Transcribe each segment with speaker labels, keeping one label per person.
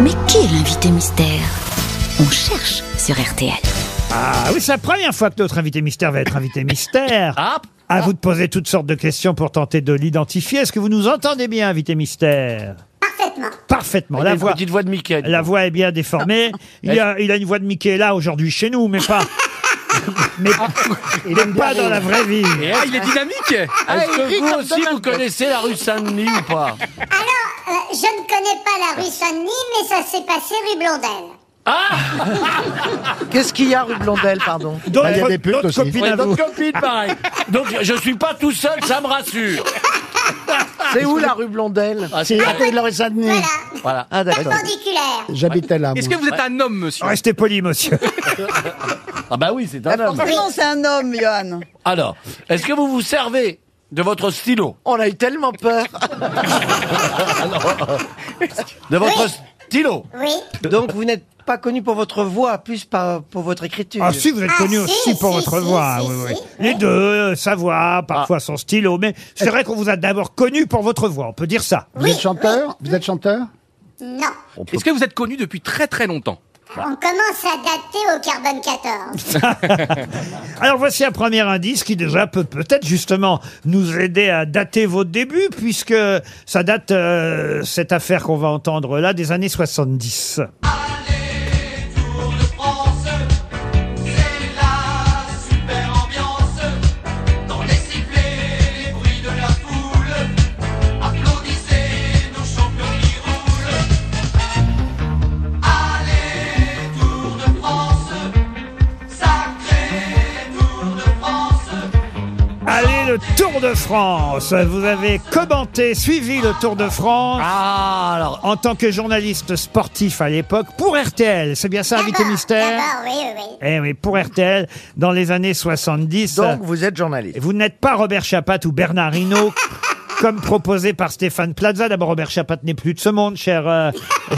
Speaker 1: Mais qui est l'invité mystère On cherche sur RTL.
Speaker 2: Ah oui, c'est la première fois que notre invité mystère va être invité mystère.
Speaker 3: Ah.
Speaker 4: Ah,
Speaker 2: À vous de poser toutes sortes de questions pour tenter de l'identifier. Est-ce que vous nous entendez bien, invité mystère Parfaitement. Parfaitement.
Speaker 3: Eh
Speaker 2: La voix,
Speaker 4: petite voix de Mickey.
Speaker 2: la voix est bien déformée. Il a, il a une voix de Mickey là aujourd'hui chez nous, mais pas. mais il n'est pas dans la vraie vie.
Speaker 3: Eh.
Speaker 4: Et elle, il est dynamique Est-ce que vous aussi, vous connaissez la rue Saint-Denis ou pas
Speaker 5: Alors, euh, je ne connais pas la rue Saint-Denis, mais ça s'est passé rue Blondel.
Speaker 6: Qu'est-ce qu'il y a rue Blondel, pardon
Speaker 2: D'autres
Speaker 7: Bah, il y a des putes
Speaker 2: d'autres
Speaker 7: aussi.
Speaker 2: copines
Speaker 4: Ouais,
Speaker 2: à vous.
Speaker 4: d'autres copines, pareil. Donc, je suis pas tout seul, ça me rassure.
Speaker 6: C'est où la rue Blondel
Speaker 4: Ah,
Speaker 7: C'est
Speaker 4: c'est-
Speaker 7: à côté de la rue Saint-Denis.
Speaker 5: Voilà,
Speaker 4: Voilà.
Speaker 6: Ah d'accord.
Speaker 5: perpendiculaire.
Speaker 7: J'habitais là.
Speaker 8: Est-ce que
Speaker 7: moi.
Speaker 8: vous êtes un homme, monsieur
Speaker 2: Oh, Restez poli, monsieur.
Speaker 4: Ah bah oui, c'est un homme.
Speaker 9: Franchement, c'est un homme, Johan.
Speaker 4: Alors, est-ce que vous vous servez de votre stylo
Speaker 6: On a eu tellement peur.
Speaker 4: De votre stylo
Speaker 5: Oui.
Speaker 6: Donc vous n'êtes pas connu pour votre voix, plus par, pour votre écriture.
Speaker 2: Ah si, vous êtes
Speaker 5: Ah,
Speaker 2: connu
Speaker 5: si,
Speaker 2: aussi pour
Speaker 5: si,
Speaker 2: votre
Speaker 5: si,
Speaker 2: voix.
Speaker 5: si,
Speaker 2: oui, oui.
Speaker 5: si.
Speaker 2: Les deux, euh, sa voix, parfois son stylo. Mais c'est vrai qu'on vous a d'abord connu pour votre voix, on peut dire ça.
Speaker 7: Vous êtes chanteur Vous êtes chanteur
Speaker 5: Non.
Speaker 8: Est-ce que vous êtes connu depuis très très longtemps
Speaker 5: On commence à dater au carbone 14.
Speaker 2: Alors voici un premier indice qui déjà peut peut-être justement nous aider à dater vos débuts, puisque ça date, euh, cette affaire qu'on va entendre là, des années 70.
Speaker 10: Allez, Tour de France, c'est la super ambiance. Dans les sifflets, les bruits de la foule, applaudissez nos champions qui roulent. Allez, Tour de France, sacré Tour de France.
Speaker 2: Allez, le Tour de France Vous avez commenté, suivi le Tour de France
Speaker 4: Ah, alors,
Speaker 2: en tant que journaliste sportif à l'époque pour RTL. C'est bien ça, invité mystère
Speaker 5: D'abord, oui, oui, oui.
Speaker 2: Eh oui, pour RTL, dans les années 70.
Speaker 6: Donc vous êtes journaliste.
Speaker 2: Et Vous n'êtes pas Robert Chapat ou Bernard Hinault, comme proposé par Stéphane Plaza. D'abord, Robert Chapat n'est plus de ce monde, cher, euh,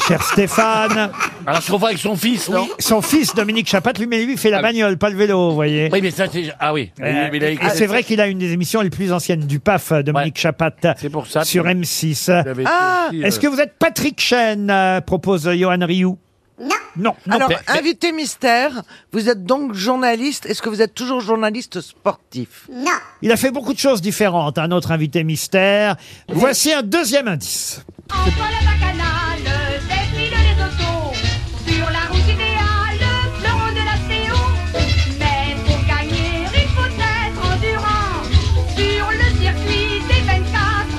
Speaker 2: cher Stéphane.
Speaker 4: alors je revois avec son fils, non
Speaker 2: Son fils, Dominique Chapat, lui, mais lui, fait la bagnole, pas le vélo, vous voyez.
Speaker 4: Ah Oui, mais ça, c'est... Ah oui.
Speaker 2: Euh,
Speaker 4: Oui, mais il a
Speaker 2: et
Speaker 4: écrit-
Speaker 2: c'est vrai qu'il a une des émissions les plus anciennes du PAF, euh, Dominique
Speaker 4: Ouais.
Speaker 2: Chapat,
Speaker 4: C'est pour ça.
Speaker 2: sur M6.
Speaker 4: Il avait
Speaker 6: Ah,
Speaker 4: été aussi, euh,
Speaker 2: Est-ce que vous êtes Patrick Chen, euh, propose euh, Johan Rioux
Speaker 5: Non.
Speaker 2: Non, non.
Speaker 6: Alors,
Speaker 2: pas-
Speaker 6: invité mystère, vous êtes donc journaliste. Est-ce que vous êtes toujours journaliste sportif
Speaker 5: Non.
Speaker 2: Il a fait beaucoup de choses différentes, un autre invité mystère. Voici un deuxième indice.
Speaker 10: Entre la bacchanale, défile les autos. Sur la route idéale, le rond de la CO. Mais pour gagner, il faut être endurant. Sur le circuit des 24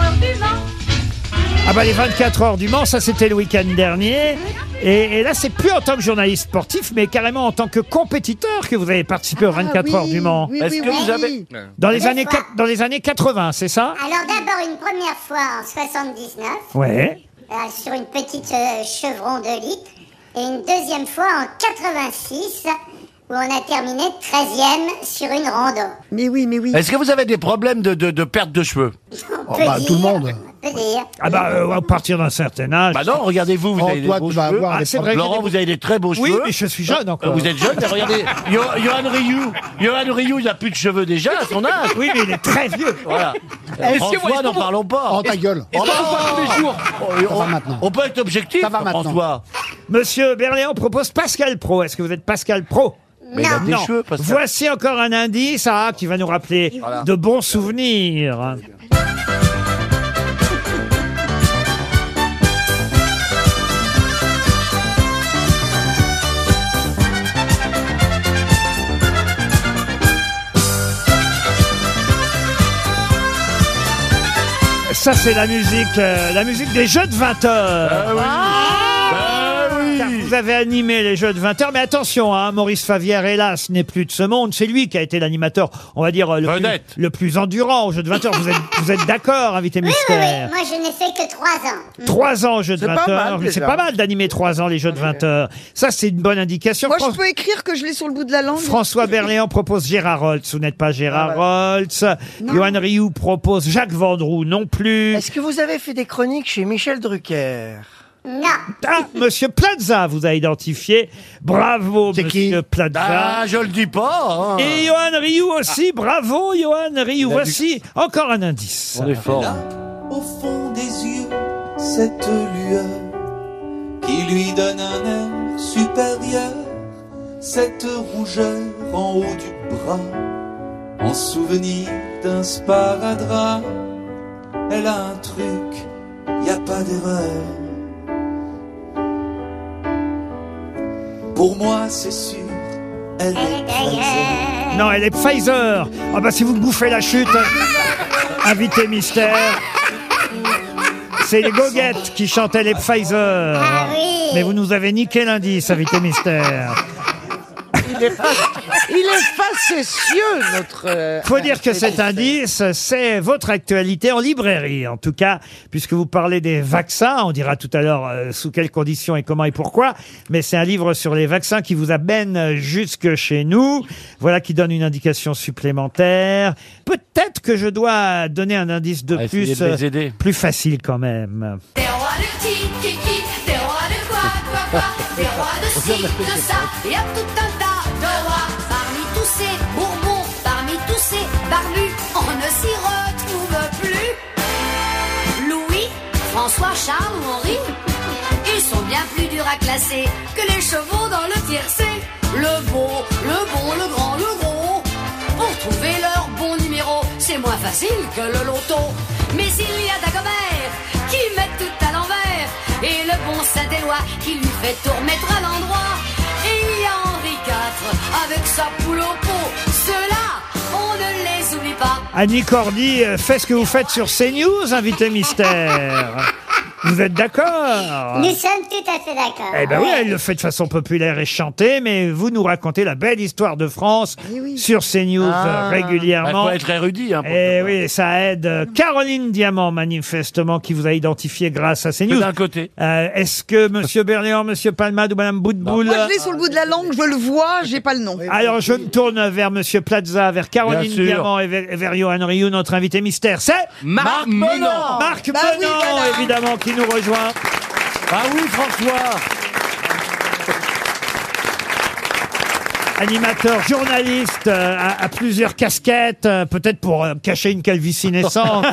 Speaker 10: heures du Mans.
Speaker 2: Ah bah les 24 heures du Mans, ça c'était le week-end dernier. Et, et là, c'est plus en tant que journaliste sportif, mais carrément en tant que compétiteur que vous avez participé aux 24 heures du Mans.
Speaker 4: Est-ce que vous avez-
Speaker 2: Dans les, années,
Speaker 5: fois.
Speaker 2: quat- dans les années 80, c'est ça
Speaker 5: Alors d'abord, une première fois en 79,
Speaker 2: Ouais.
Speaker 5: euh, sur une petite euh, chevron de litre. Et une deuxième fois en 86, où on a terminé 13e sur une rando.
Speaker 9: Mais oui, mais oui.
Speaker 4: Est-ce que vous avez des problèmes de, de- de perte de cheveux
Speaker 5: On
Speaker 7: Oh,
Speaker 5: peut
Speaker 7: bah,
Speaker 5: dire,
Speaker 7: tout le monde.
Speaker 5: On peut dire.
Speaker 2: Ah bah euh, à partir d'un certain âge.
Speaker 4: Bah non, regardez-vous, vous avez des
Speaker 7: Antoine,
Speaker 4: beaux
Speaker 7: tu vas
Speaker 4: cheveux.
Speaker 7: avoir
Speaker 2: Ah,
Speaker 7: des
Speaker 2: c'est
Speaker 7: problèmes.
Speaker 2: vrai.
Speaker 4: Laurent, vous avez des très beaux
Speaker 2: oui,
Speaker 4: cheveux.
Speaker 2: mais je suis jeune
Speaker 4: Euh,
Speaker 2: encore.
Speaker 4: Vous êtes jeune, mais regardez, Yo Johan Rioux, Johan Rioux, il a plus de cheveux déjà à son âge.
Speaker 2: Oui, mais il est très vieux.
Speaker 4: Voilà.
Speaker 8: que- est-ce
Speaker 4: François,
Speaker 8: que
Speaker 4: n'en
Speaker 8: vous-
Speaker 4: parlons pas.
Speaker 7: Oh ta gueule
Speaker 8: Est-ce que vous voit tous les jours
Speaker 4: on,
Speaker 7: va maintenant.
Speaker 4: on peut être objectif,
Speaker 7: Ça va maintenant.
Speaker 4: François.
Speaker 2: Monsieur Berléand propose Pascal Pro. Est-ce que vous êtes Pascal Pro
Speaker 4: Mais il a
Speaker 5: Non.
Speaker 4: des cheveux, parce que...
Speaker 2: Voici encore un indice ah, qui va nous rappeler de bons souvenirs. Ça, c'est la musique, euh, la musique des jeux de 20 heures. Car vous avez animé les Jeux de 20h, mais attention, hein, Maurice Favière, hélas, n'est plus de ce monde. C'est lui qui a été l'animateur, on va dire, euh, le plus,
Speaker 4: Vedette.
Speaker 2: le plus endurant aux Jeux de 20h. Vous êtes, vous êtes d'accord, invité
Speaker 5: Oui, oui, oui.
Speaker 2: mystère
Speaker 5: Moi, je n'ai fait que 3 ans.
Speaker 2: Trois ans aux Jeux de
Speaker 6: C'est pas
Speaker 2: 20
Speaker 6: mal,
Speaker 2: heures. Mais c'est
Speaker 6: déjà.
Speaker 2: pas mal d'animer trois ans les Jeux de 20 heures. Ça, c'est une bonne indication.
Speaker 9: Moi,
Speaker 2: Fran-
Speaker 9: je peux écrire que je l'ai sur le bout de la langue.
Speaker 2: François Berléand propose Gérard Holtz. Vous n'êtes pas Gérard Holtz. Johan Rioux propose Jacques Vendroux non plus.
Speaker 6: Est-ce que vous avez fait des chroniques chez Michel Drucker
Speaker 5: Non.
Speaker 2: Ah, Monsieur Plaza vous a identifié. Bravo,
Speaker 7: C'est qui
Speaker 2: Monsieur Plaza.
Speaker 4: Ah, je le dis pas. hein.
Speaker 2: Et Johan Rioux aussi,
Speaker 4: Ah.
Speaker 2: bravo Johan Rioux. Voici encore un indice.
Speaker 4: On est fort.
Speaker 10: Là, au fond des yeux, cette lueur qui lui donne
Speaker 11: hier, cette rougeur en haut du bras, en souvenir d'un sparadrap. Elle a un truc, y a pas d'erreur. Pour moi, c'est sûr, elle, est d'ailleurs.
Speaker 2: Non, elle est Pfizer. Ah bah si vous me bouffez la chute, invité mystère. C'est les goguettes qui chantaient les Pfizer. Mais vous nous avez niqué l'indice, invité mystère.
Speaker 6: Il est, fac- il est facétieux, notre. euh,
Speaker 2: Faut dire que
Speaker 6: invité
Speaker 2: cet
Speaker 6: mystère.
Speaker 2: indice, c'est votre actualité en librairie, en tout cas, puisque vous parlez des vaccins. On dira tout à l'heure euh, sous quelles conditions et comment et pourquoi. Mais c'est un livre sur les vaccins qui vous amène jusque chez nous. Voilà qui donne une indication supplémentaire. Peut-être que je dois donner un indice de
Speaker 4: Ah, essayez
Speaker 2: plus,
Speaker 4: de les
Speaker 2: euh,
Speaker 4: aider.
Speaker 2: plus facile quand même.
Speaker 10: Des rois de ti, kiki, des rois de quoi, quoi, quoi, des rois de ci, de ça, et a tout un tas de rois. Parmi tous ces bourbons, parmi tous ces barbus, on ne s'y retrouve plus. Louis, François, Charles ou Henri, ils sont bien plus durs à classer que les chevaux dans le tiercé. Le beau, le bon, le grand, le gros. Pour trouver leur bon numéro, c'est moins facile que le loto. Mais il y a Dagobert qui met tout à l'envers. Et le bon Saint-Éloi qui lui fait tout remettre à l'endroit. Et il y a Henri IV avec sa poule au pot. Ceux-là, on ne les oublie pas.
Speaker 2: Annie Cordy, euh, faites ce que vous faites sur CNews, invité mystère. Vous êtes d'accord
Speaker 5: Nous sommes tout à fait d'accord.
Speaker 2: Ah. Eh ben
Speaker 9: Oh.
Speaker 2: oui, elle le fait de façon populaire et chantée, mais vous nous racontez la belle histoire de France
Speaker 9: Eh
Speaker 2: sur CNews euh,
Speaker 6: Ah.
Speaker 4: Il
Speaker 2: régulièrement.
Speaker 4: faut être érudit. Hein, pour
Speaker 2: Eh
Speaker 4: faire
Speaker 2: oui, ça aide euh, Caroline Diamant, manifestement, qui vous a identifié grâce à
Speaker 4: ça. Que
Speaker 2: CNews.
Speaker 4: D'un côté.
Speaker 2: Euh, Est-ce que Monsieur Berléand, Monsieur Palmade ou Madame Boutboul euh,
Speaker 9: Moi, je l'ai sur le bout de la langue, je le vois, j'ai pas le nom.
Speaker 2: alors, je me tourne vers Monsieur Plaza, vers Caroline
Speaker 4: Bien sûr.
Speaker 2: Diamant et vers, et vers Johan Rioux, notre invité mystère. C'est
Speaker 8: Marc Menon
Speaker 2: Marc
Speaker 9: Bah oui,
Speaker 2: Bonan,
Speaker 9: voilà.
Speaker 2: évidemment, qui nous rejoint.
Speaker 4: Ah oui, François.
Speaker 2: animateur, journaliste, euh, à, à plusieurs casquettes, euh, peut-être pour euh, cacher une calvitie naissante.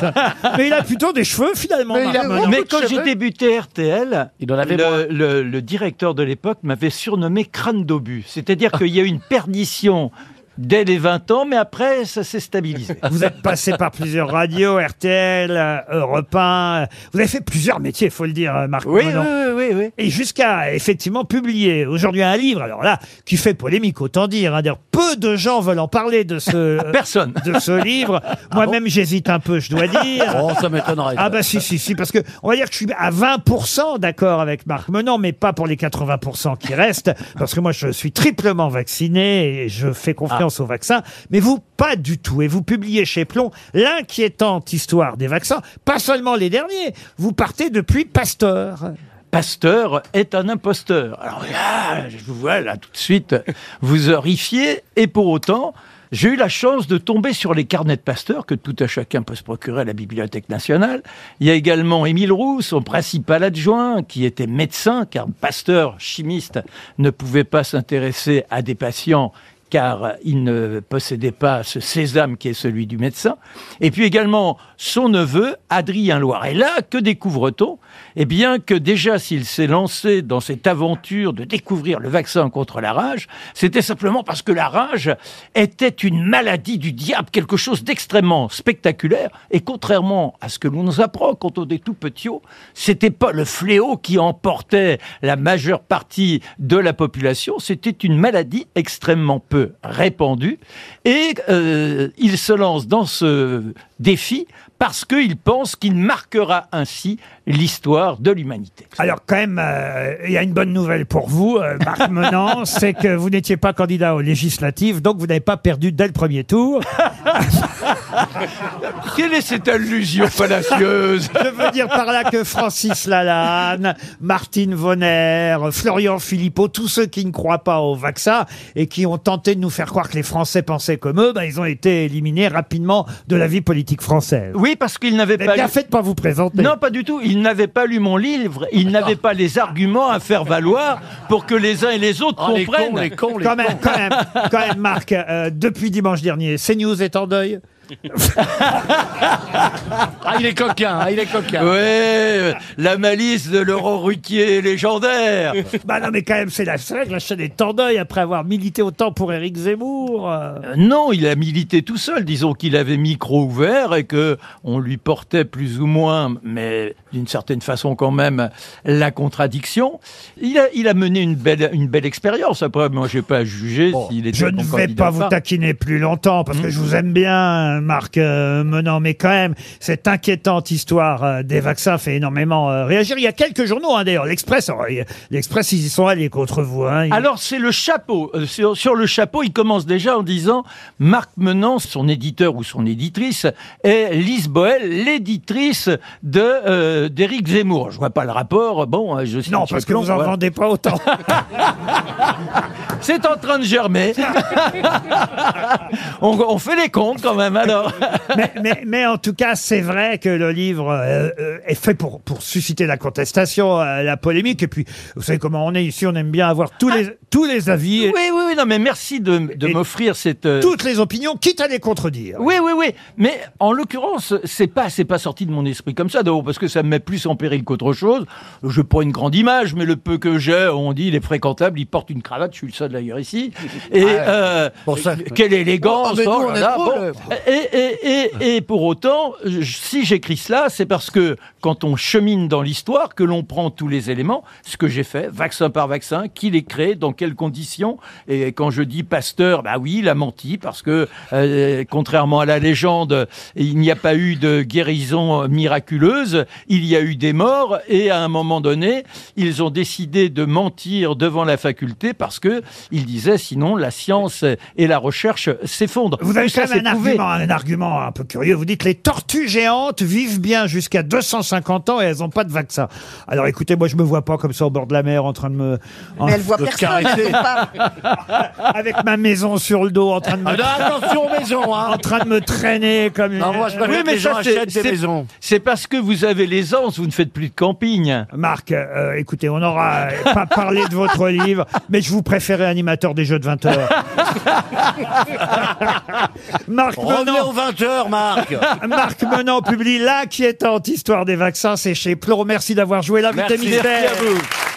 Speaker 2: mais il a plutôt des cheveux finalement.
Speaker 7: Mais il a
Speaker 2: Marc Menon.
Speaker 3: Mais quand j'ai débuté RTL,
Speaker 4: Il en avait moins.
Speaker 3: le, le- le directeur de l'époque m'avait surnommé crâne d'obus. C'est-à-dire qu'il y a eu une perdition dès les 20 ans, mais après, ça s'est stabilisé.
Speaker 2: Vous êtes passé par plusieurs radios, RTL, euh, Europe 1. euh, Vous avez fait plusieurs métiers, faut le dire, euh, Marc
Speaker 3: Oui, oui,
Speaker 2: Menon.
Speaker 3: oui, oui, oui.
Speaker 2: Et jusqu'à effectivement publier aujourd'hui un livre, alors là, qui fait polémique, autant dire. hein. D'ailleurs, peu de gens veulent en parler de ce,
Speaker 3: Ah, Personne.
Speaker 2: de ce livre. Moi-même, j'hésite un peu, je dois dire.
Speaker 4: Oh, ça m'étonnerait.
Speaker 3: ben,
Speaker 2: Ah bah si, si, si, parce que on va dire que je suis à 20% d'accord avec Marc Menon, mais pas pour les 80% qui restent, parce que moi je suis triplement vacciné et je fais confiance aux vaccins, mais vous, pas du tout. Et vous publiez chez Plomb l'inquiétante histoire des vaccins, pas seulement les derniers, vous partez depuis Pasteur.
Speaker 3: Pasteur est un imposteur. Alors là, je vous vois là tout de suite vous horrifiez, et pour autant, j'ai eu la chance de tomber sur les carnets de Pasteur que tout à chacun peut se procurer à la Bibliothèque nationale. Il y a également Émile Roux, son principal adjoint, qui était médecin, car Pasteur, chimiste, ne pouvait pas s'intéresser à des patients car il ne possédait pas ce sésame qui est celui du médecin. Et puis également son neveu, Adrien Loire. Et là, que découvre-t-on Eh bien que déjà, s'il s'est lancé dans cette aventure de découvrir le vaccin contre la rage, c'était simplement parce que la rage était une maladie du diable, quelque chose d'extrêmement spectaculaire. Et contrairement à ce que l'on nous apprend quand on est tout petit, c'était pas le fléau qui emportait la majeure partie de la population, c'était une maladie extrêmement peu répandue. Et euh, il se lance dans ce défi parce qu'il pense qu'il marquera ainsi l'histoire de l'humanité.
Speaker 2: Alors quand même, euh, il y a une bonne nouvelle pour vous, euh, Marc Menon, c'est que vous n'étiez pas candidat aux législatives, donc vous n'avez pas perdu dès le premier tour.
Speaker 3: Quelle est cette allusion fallacieuse
Speaker 2: Je veux dire par là que Francis Lalanne, Martine Vonner, Florian Philippot, tous ceux qui ne croient pas au vaccin et qui ont tenté de nous faire croire que les Français pensaient comme eux, bah, ils ont été éliminés rapidement de la vie politique française.
Speaker 3: Oui, parce qu'il n'avait
Speaker 2: Vous avez
Speaker 3: pas...
Speaker 2: bien
Speaker 3: lu-
Speaker 2: fait de pas vous présenter.
Speaker 3: Non, pas du tout. Il n'avait pas lu mon livre. Il n'avait pas les arguments à faire valoir pour que les uns et les autres
Speaker 2: Ah,
Speaker 4: Oh, les
Speaker 3: comprennent.
Speaker 4: cons, les cons, les
Speaker 2: Quand même, quand même, quand même, Marc, euh, depuis dimanche dernier, CNews est en deuil.
Speaker 4: Ah, il est coquin, hein, il est coquin.
Speaker 3: Ouais, la malice de Laurent Ruquier légendaire.
Speaker 2: bah non, mais quand même, c'est la c'est vrai que la chaîne est en deuil après avoir milité autant pour Éric Zemmour. euh.
Speaker 3: Euh, Non, il a milité tout seul. Disons qu'il avait micro ouvert et que on lui portait plus ou moins, mais d'une certaine façon quand même, la contradiction. Il a, il a mené une belle, une belle expérience. Après, moi, j'ai pas jugé s'il était
Speaker 2: Je ne
Speaker 3: bon
Speaker 2: vais
Speaker 3: candidat
Speaker 2: pas
Speaker 3: ou
Speaker 2: vous taquiner plus longtemps parce que je vous aime bien, Marc euh, Menant, mais quand même, cette inquiétante histoire euh, des vaccins fait énormément euh, réagir. Il y a quelques journaux, hein, d'ailleurs, l'Express, alors, il- l'Express, ils y sont allés contre vous. hein. Ils-
Speaker 3: Alors c'est le chapeau. Euh, Sur, sur le chapeau, il commence déjà en disant Marc Menant, son éditeur ou son éditrice, est Lise Boel, l'éditrice de euh, d'Éric Zemmour. Je vois pas le rapport. Bon, euh, je
Speaker 2: non, parce que vous en vendez pas autant.
Speaker 3: C'est en train de germer. on, on fait les comptes quand même. Alors.
Speaker 2: mais, mais- mais en tout cas, c'est vrai que le livre euh, euh, est fait pour, pour susciter la contestation, euh, la polémique. Et puis, vous savez comment on est ici, on aime bien avoir tous les, tous les avis. et-
Speaker 3: Ah. Oui, oui, oui. Non, mais merci de, de m'offrir cette. euh,
Speaker 2: Toutes les opinions, quitte à les contredire.
Speaker 3: Oui, oui, oui. Mais en l'occurrence, c'est pas, c'est pas sorti de mon esprit comme ça, d'abord parce que ça me met plus en péril qu'autre chose. Je prends une grande image, mais le peu que j'ai, on dit, il est fréquentable, il porte une cravate, je suis le seul d'ailleurs ici. Et euh, quelle élégance
Speaker 6: Oh, mais nous,
Speaker 3: oh là
Speaker 6: on est
Speaker 3: là,
Speaker 6: drôle.
Speaker 3: bon. Et, et, et, et pour autant, je- si j'écris cela, c'est parce que quand on chemine dans l'histoire, que l'on prend tous les éléments, ce que j'ai fait, vaccin par vaccin, qui les crée, dans quelles conditions. Et quand je dis Pasteur, bah oui, il a menti parce que, euh, contrairement à la légende, il n'y a pas eu de guérison miraculeuse. Il y a eu des morts et à un moment donné, ils ont décidé de mentir devant la faculté parce que ils disaient sinon la science et la recherche s'effondrent.
Speaker 2: Vous avez
Speaker 3: Tout ça,
Speaker 2: quand même
Speaker 3: c'est
Speaker 2: un
Speaker 3: prouvé.
Speaker 2: argument, un argument un peu curieux. Vous dites les tortues géantes vivent bien jusqu'à 250 ans et elles n'ont pas de vaccin. Alors écoutez, moi je me vois pas comme ça au bord de la mer en train de me en-
Speaker 9: Mais elle voit
Speaker 4: de te
Speaker 9: personne.
Speaker 4: caresser.
Speaker 9: elle part.
Speaker 2: avec ma maison sur le dos en train de me
Speaker 4: Ah, non, attention maison, hein.
Speaker 2: en train de me traîner comme une
Speaker 4: Non, moi, je préfère
Speaker 3: Oui,
Speaker 4: que
Speaker 3: mais
Speaker 4: les gens
Speaker 3: ça, c'est-
Speaker 4: achètent des
Speaker 3: c'est-
Speaker 4: maisons.
Speaker 3: C'est parce que vous avez l'aisance, vous ne faites plus de camping.
Speaker 2: Marc, euh, écoutez, on n'aura euh, pas parlé de votre livre, mais je vous préférais animateur des jeux de 20 heures. Marc
Speaker 4: Revenez
Speaker 2: Menant,
Speaker 4: aux 20h, Marc.
Speaker 2: Marc Menant publie l'inquiétante histoire des vaccins, c'est chez Plon. Merci d'avoir joué l'invité
Speaker 4: Merci.
Speaker 2: mystère.
Speaker 4: Merci à vous.